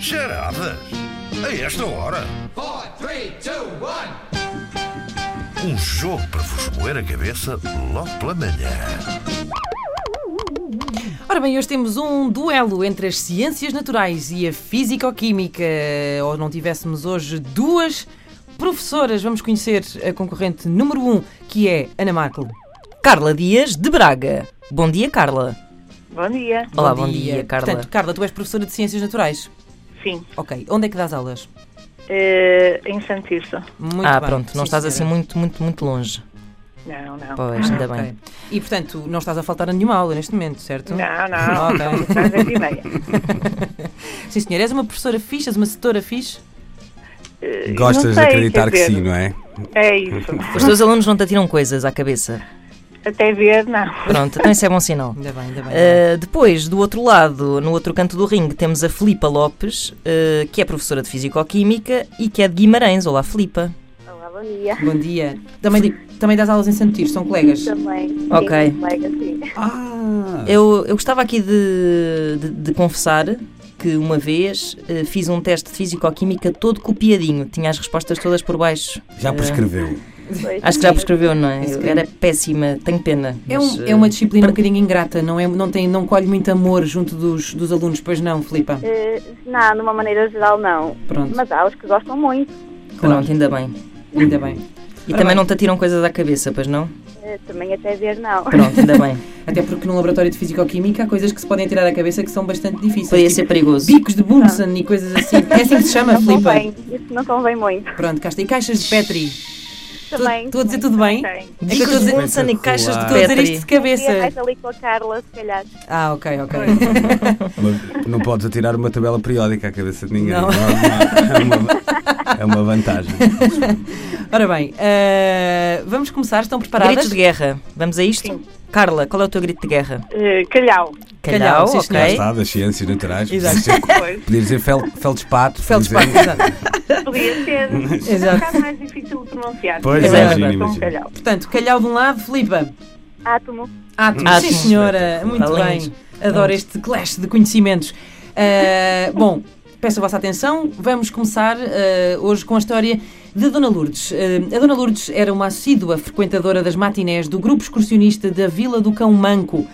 Charadas? A esta hora? four, three, two, one. Um jogo para vos moer a cabeça logo pela manhã. Ora bem, hoje temos um duelo entre as ciências naturais e a físico-química. Ou não tivéssemos hoje duas professoras. Vamos conhecer a concorrente número um, que é Ana Markel. Carla Dias, de Braga. Bom dia, Carla. Bom dia. Olá, bom, dia, Carla. Portanto, Carla, tu és professora de ciências naturais. Sim, Ok, onde é que dás aulas? eh, em Santiço. Muito ah, bem. pronto, não Sim, estás assim senhora. muito, muito, muito longe. Não, não. Pois, ainda Ok. bem. E portanto, não estás a faltar a nenhuma aula neste momento, certo? Não, não. Ok. São às dez e meia. Sim, senhora. És uma professora fixe, és uma setora fixe? Eh, não Gostas de sei, acreditar quer que dizer, sim, não é? É isso. Os teus alunos não te atiram coisas à cabeça. Até ver, não. Pronto, então isso é bom sinal. Ainda bem, ainda bem. Uh, depois, do outro lado, no outro canto do ringue, temos a Filipa Lopes, uh, que é professora de Fisicoquímica e que é de Guimarães. Olá, Filipa. Olá, bom dia. Bom dia. Também, di- também das aulas em Santo Tiro, são colegas? Também. Ok. Sim, colega, sim. Ah, Eu, eu gostava aqui de, de- de confessar que uma vez uh, fiz um teste de Fisicoquímica todo copiadinho. Tinha as respostas todas por baixo. já Uh, prescreveu. Pois, Acho que já sim. prescreveu, não é? Eu era péssima, tenho pena. É, mas, um- eh, é uma disciplina um bocadinho ingrata, não, é, não, tem, não colhe muito amor junto dos, dos alunos, pois não, Filipa? Eh, não, de uma maneira geral, não. Pronto. Mas há os que gostam muito. Pronto, ainda bem. Ainda bem. E Ora também bem. não te atiram coisas à cabeça, pois não? Eh, também até ver, não. Pronto, ainda bem. Até porque num laboratório de Fisicoquímica há coisas que se podem tirar à cabeça que são bastante difíceis. Podia tipo ser perigoso. Bicos de Bunsen e coisas assim. É assim que se chama, Não Filipa? convém. Isso não convém muito. Pronto, cá está. E caixas de Petri? Também. Estou a dizer tudo bem? Também. É que eu estou a de dizer- Bunsen e caixas de estou a dizer Petri. isto de Seria mais cabeça. ali com a Carla, se calhar. Ah, ok, ok. Mas Não podes atirar uma tabela periódica à cabeça de ninguém. Não. É, uma, é uma- é uma vantagem. Ora bem, eh, vamos começar. Estão preparadas? Gritos de guerra. Vamos a isto? Carla, qual é o teu grito de guerra? Eh, calhau. Calhau, sim, Lá ok. está, das ciências naturais. Exato. Podia dizer, Pois. podia dizer fel, feldspato. podia Feldspato, dizer- exato. Podia ser. É um Exato. bocado mais difícil de pronunciar. Pois, É verdade. imagina, Com imagina. calhau. Portanto, calhau de um lado, Filipa. Átomo. Átomos. Átomos. Sim, senhora. Muito Valente. bem. Adoro este clash de conhecimentos. Ah, bom, peço a vossa atenção. Vamos começar ah, hoje com a história de Dona Lourdes. Ah, a Dona Lourdes era uma assídua frequentadora das matinés do grupo excursionista da Vila do Cão Manco.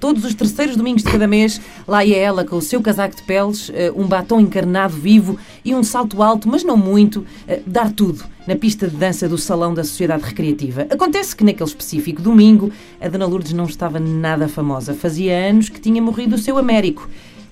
Todos os terceiros domingos de cada mês, lá ia ela com o seu casaco de peles, ah, um batom encarnado vivo e um salto alto, mas não muito, ah, dar tudo na pista de dança do Salão da Sociedade Recreativa. Acontece que naquele específico domingo, a Dona Lourdes não estava nada famosa. Fazia anos que tinha morrido o seu Américo.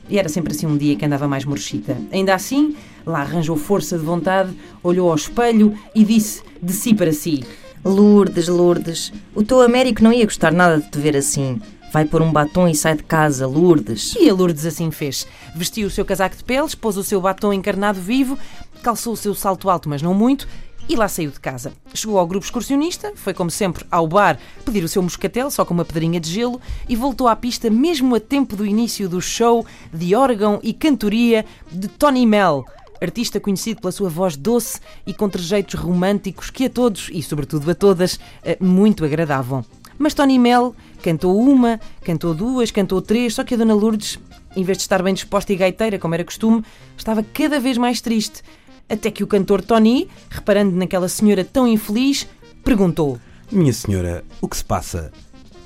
E era sempre assim um dia que andava mais murchita. Ainda assim, lá arranjou força de vontade, olhou ao espelho e disse de si para si. Lourdes, Lourdes. O teu Américo não ia gostar nada de te ver assim. Vai pôr um batom e sai de casa, Lourdes. E a Lourdes assim fez. Vestiu o seu casaco de peles, pôs o seu batom encarnado vivo, calçou o seu salto alto, mas não muito, e lá saiu de casa. Chegou ao grupo excursionista, foi como sempre ao bar pedir o seu moscatel, só com uma pedrinha de gelo, e voltou à pista mesmo a tempo do início do show de órgão e cantoria de Tony Mel. Artista conhecido pela sua voz doce e com trejeitos românticos que a todos, e sobretudo a todas, eh, muito agradavam. Mas Tony Mel cantou uma, cantou duas, cantou três, só que a Dona Lourdes, em vez de estar bem disposta e gaiteira, como era costume, estava cada vez mais triste. Até que o cantor Tony, reparando naquela senhora tão infeliz, perguntou: Minha senhora, o que se passa?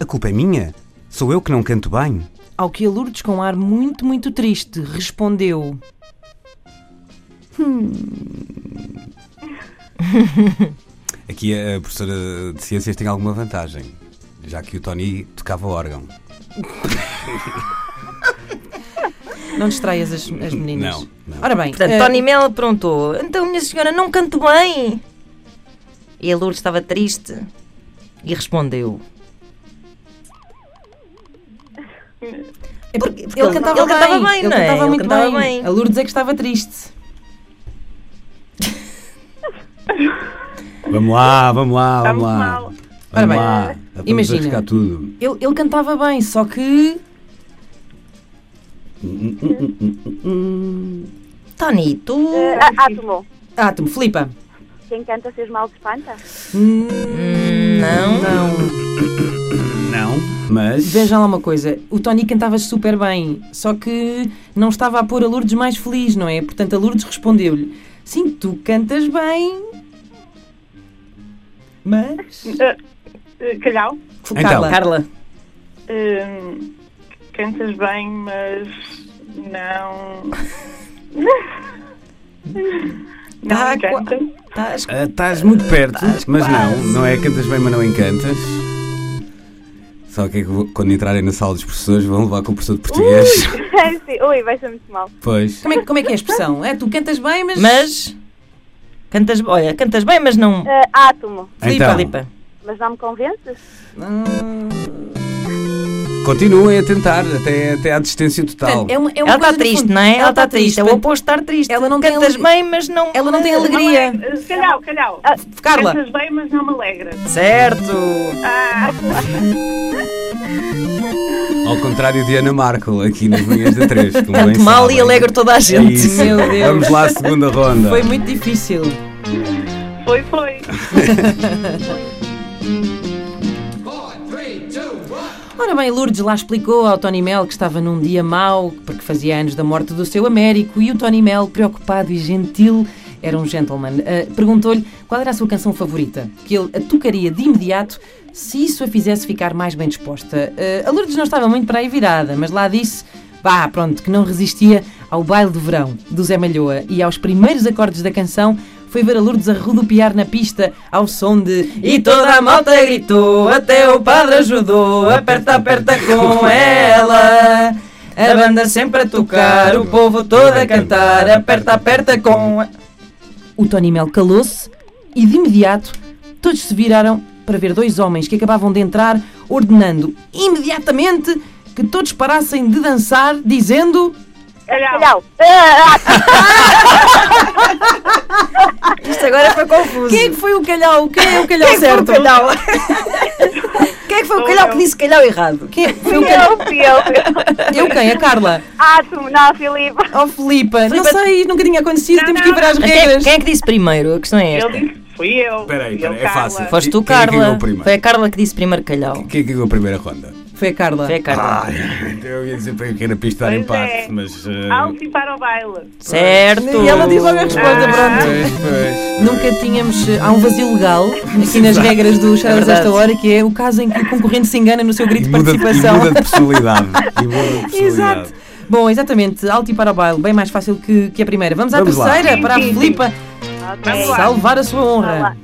A culpa é minha? Sou eu que não canto bem? Ao que a Lourdes, com um ar muito, muito triste, respondeu: Aqui a a professora de ciências tem alguma vantagem, já que o Tony tocava órgão. Não distraias as, as meninas. Não, não. Ora bem, Portanto, eh, Tony Mel aprontou. Então, minha senhora, não canto bem. E a Lourdes estava triste e respondeu. é porque- porque ele cantava bem, não é? cantava Ele muito cantava bem. bem. A Lourdes é que estava triste. Vamos lá, vamos lá, vamos Estamos lá. mal. Ora Vamos bem, lá. Vamos imagina. arriscar tudo. Ele, ele cantava bem, só que. Tony, tu... É. Eh, á- átomo. Átomo, Flipa. Quem canta seus males espanta? Não. Não. Não. Mas. Vejam lá uma coisa, o Tony cantava super bem, só que não estava a pôr a Lourdes mais feliz, não é? Portanto, a Lourdes respondeu-lhe: Sim, tu cantas bem, mas. Eh, Calhau, Então. Carla, hum, cantas bem, mas não. Não Tá, encanta. estás. Ah, Estás muito perto, mas não, não é cantas bem, mas não encantas. Só que é que vou- quando entrarem na sala dos professores vão levar com o professor de português. Sim, Ui, vai ser muito mal. Pois. Como é, que- como é que é a expressão? É, tu cantas bem, mas. Mas. Cantas, olha, cantas bem, mas não. Eh, átomo. Então, Filipa. Mas não me convences? continuem a tentar até, até à distância total. Portanto, é uma, é uma Ela está coisa de triste, fundo. não é? Ela está tá triste. É o oposto de estar triste. Ela não tem cantas alegria. bem, mas não. Ela não tem Não alegria. é- eh, Calhau, calhau. Ah, Carla. Cantas bem, mas não me alegra. Certo. Ao contrário de Ana Markel, aqui nas manhãs da 3. Canto mal e alegro toda a é gente. isso. Meu Deus. Vamos lá à segunda ronda. Foi muito difícil. Foi, foi. Four, three, two, one. Ora bem, Lourdes lá explicou ao Tony Mel que estava num dia mau, porque fazia anos da morte do seu Américo, e o Tony Mel, preocupado e gentil, era um gentleman, ah, perguntou-lhe qual era a sua canção favorita, que ele a tocaria de imediato se isso a fizesse ficar mais bem disposta. Ah, a Lourdes não estava muito para aí virada, mas lá disse, vá, pronto, que não resistia ao baile do verão, do Zé Malhoa, e aos primeiros acordes da canção, foi ver a Lourdes a rodopiar na pista ao som de E toda a malta gritou, até o padre ajudou. Aperta, aperta com ela. A banda é sempre a tocar, o povo todo a cantar. Aperta, aperta com. a- O Tony Mel calou-se e de imediato todos se viraram para ver dois homens que acabavam de entrar, ordenando imediatamente que todos parassem de dançar, dizendo. Calhau. Calhau. Ah, átomo. Isto agora foi confuso. Quem é que foi o calhau? Quem é o calhau Quem foi o certo? calhau? Quem é que foi o calhau que disse calhau errado? Quem é- foi o calhau? Eu, fui eu. Eu quem? A Carla? Átomo, não, Filipe. Oh, Filipa? Não Filipa- sei, nunca tinha acontecido, Não, temos que não. ir ver as Quem, regras. quem é que disse primeiro? A questão é Eu esta. disse, fui eu. Peraí, Fui eu, peraí, é Carla. fácil. Foste tu, Quem é que ganhou Carla. primeiro? Foi a Carla que disse primeiro calhau. Quem é que ganhou a primeira ronda? Então, Foi a Carla. Foi a Ah, Carla. Eu ia dizer para que era para isto dar Pois empate, é. mas. eh, Oh. Alto e para o baile. certo. um E ela diz logo a resposta, pronto. Ah. Pois, pois. Nunca tínhamos. eh, Há um vazio legal aqui nas regras do Charles É verdade. esta hora, que é o caso em que o concorrente se engana no seu grito E de muda, e participação. muda de personalidade. E muda de personalidade. Exato. Bom, exatamente, alto e para o baile, bem mais fácil que, que a primeira. Vamos à Vamos lá. terceira, para a Sim, sim. Filipa Vamos lá. salvar a sua honra.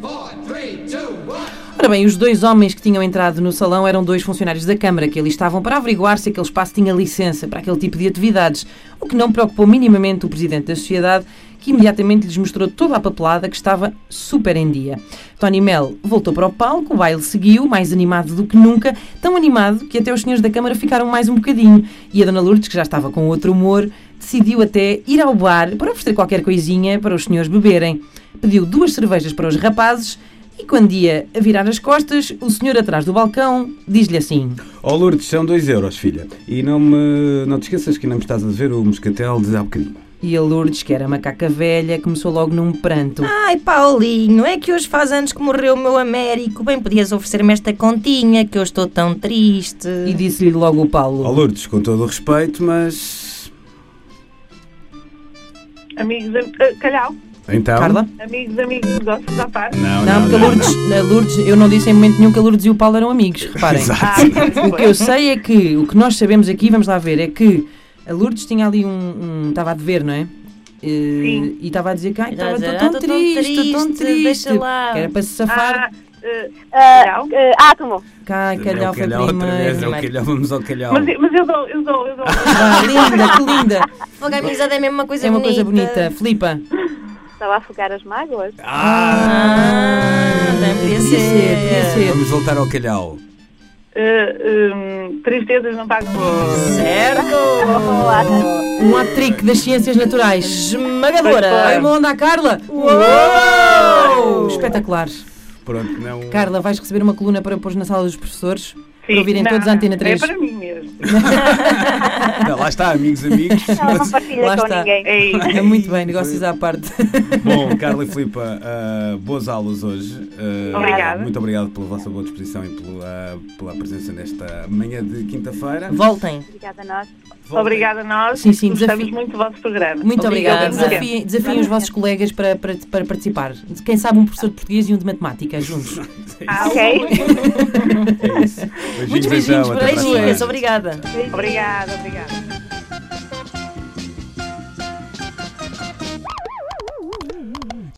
Four, three, two, one. Ora bem, os dois homens que tinham entrado no salão eram dois funcionários da Câmara, que ali estavam para averiguar se aquele espaço tinha licença para aquele tipo de atividades, o que não preocupou minimamente o Presidente da Sociedade, que imediatamente lhes mostrou toda a papelada que estava super em dia. Tony Mel voltou para o palco, o baile seguiu, mais animado do que nunca, tão animado que até os senhores da Câmara ficaram mais um bocadinho, e a Dona Lourdes, que já estava com outro humor, decidiu até ir ao bar para oferecer qualquer coisinha para os senhores beberem. Pediu duas cervejas para os rapazes e quando ia a virar as costas, o senhor atrás do balcão diz-lhe assim: Ó Lourdes, são 2 euros, filha. E não, me, não te esqueças que ainda me estás a dever o moscatel de há bocadinho. E a Lourdes, que era macaca velha, começou logo num pranto. Ai, Paulinho, é que hoje faz anos que morreu o meu Américo. Bem, podias oferecer-me esta continha que eu estou tão triste. E disse-lhe logo o Ó Paulo: Lourdes, com todo o respeito, mas... Amigos, eh, calhau. Então... Carla? Amigos, amigos, gostos à parte. Não, Não, não, porque a não, Lourdes, a Lourdes, eu não disse em momento nenhum que a Lourdes e o Paulo eram amigos, reparem. Exato. Ah, pois, O que pois. eu sei é que, o que nós sabemos aqui, vamos lá ver, é que a Lourdes tinha ali um. um- estava a dever, não é? E- Sim. E estava a dizer que, ai, Estava a estava dizer, tão, "Ah, tô tão triste, tô tão triste, triste. deixa lá. Que era para se safar. Ah, eh, Ah, calhau. eh, átomo. Cá, É o calhau, foi calhau outra vez, é primeiro. o calhau, vamos ao calhau. Mas, mas eu dou, eu dou, eu dou. Ah, linda, que linda. Fogo amizade é mesmo uma coisa É uma coisa bonita. Filipa. Estava a afogar as mágoas. Ah, bem, podia Podia ser, podia ser. ser. Vamos voltar ao calhau. Eh, hum, tristezas não pagam. Certo. Um hat-trick das ciências naturais. Esmagadora. Vai uma onda à Carla. Uou! Espetacular. Pronto, não... Carla, vais receber uma coluna para pôr na sala dos professores. para ouvirem não, todos a Antena É 3. para mim mesmo. mesmo. Não, lá está, amigos, amigos. Ela não partilha Lá com está. ninguém. É isso. É muito bem, negócios à parte. Bom, Carla e Filipa, ah, boas aulas hoje. Ah, Obrigada. Muito obrigado pela vossa boa disposição e pela, pela presença nesta manhã de quinta-feira. Voltem. Obrigada a nós. Voltem. Obrigada a nós. Sim, sim, Gostamos desafio. muito do vosso programa. Muito obrigada. Obrigada. Desafiem, desafiem os vossos colegas para, para, para participar. Quem sabe um professor de português e um de matemática, juntos. Ah, Ok? É isso. Beijinhos, beijinhos, então, até para a semana. Beijinhos, obrigada. Obrigada, obrigada.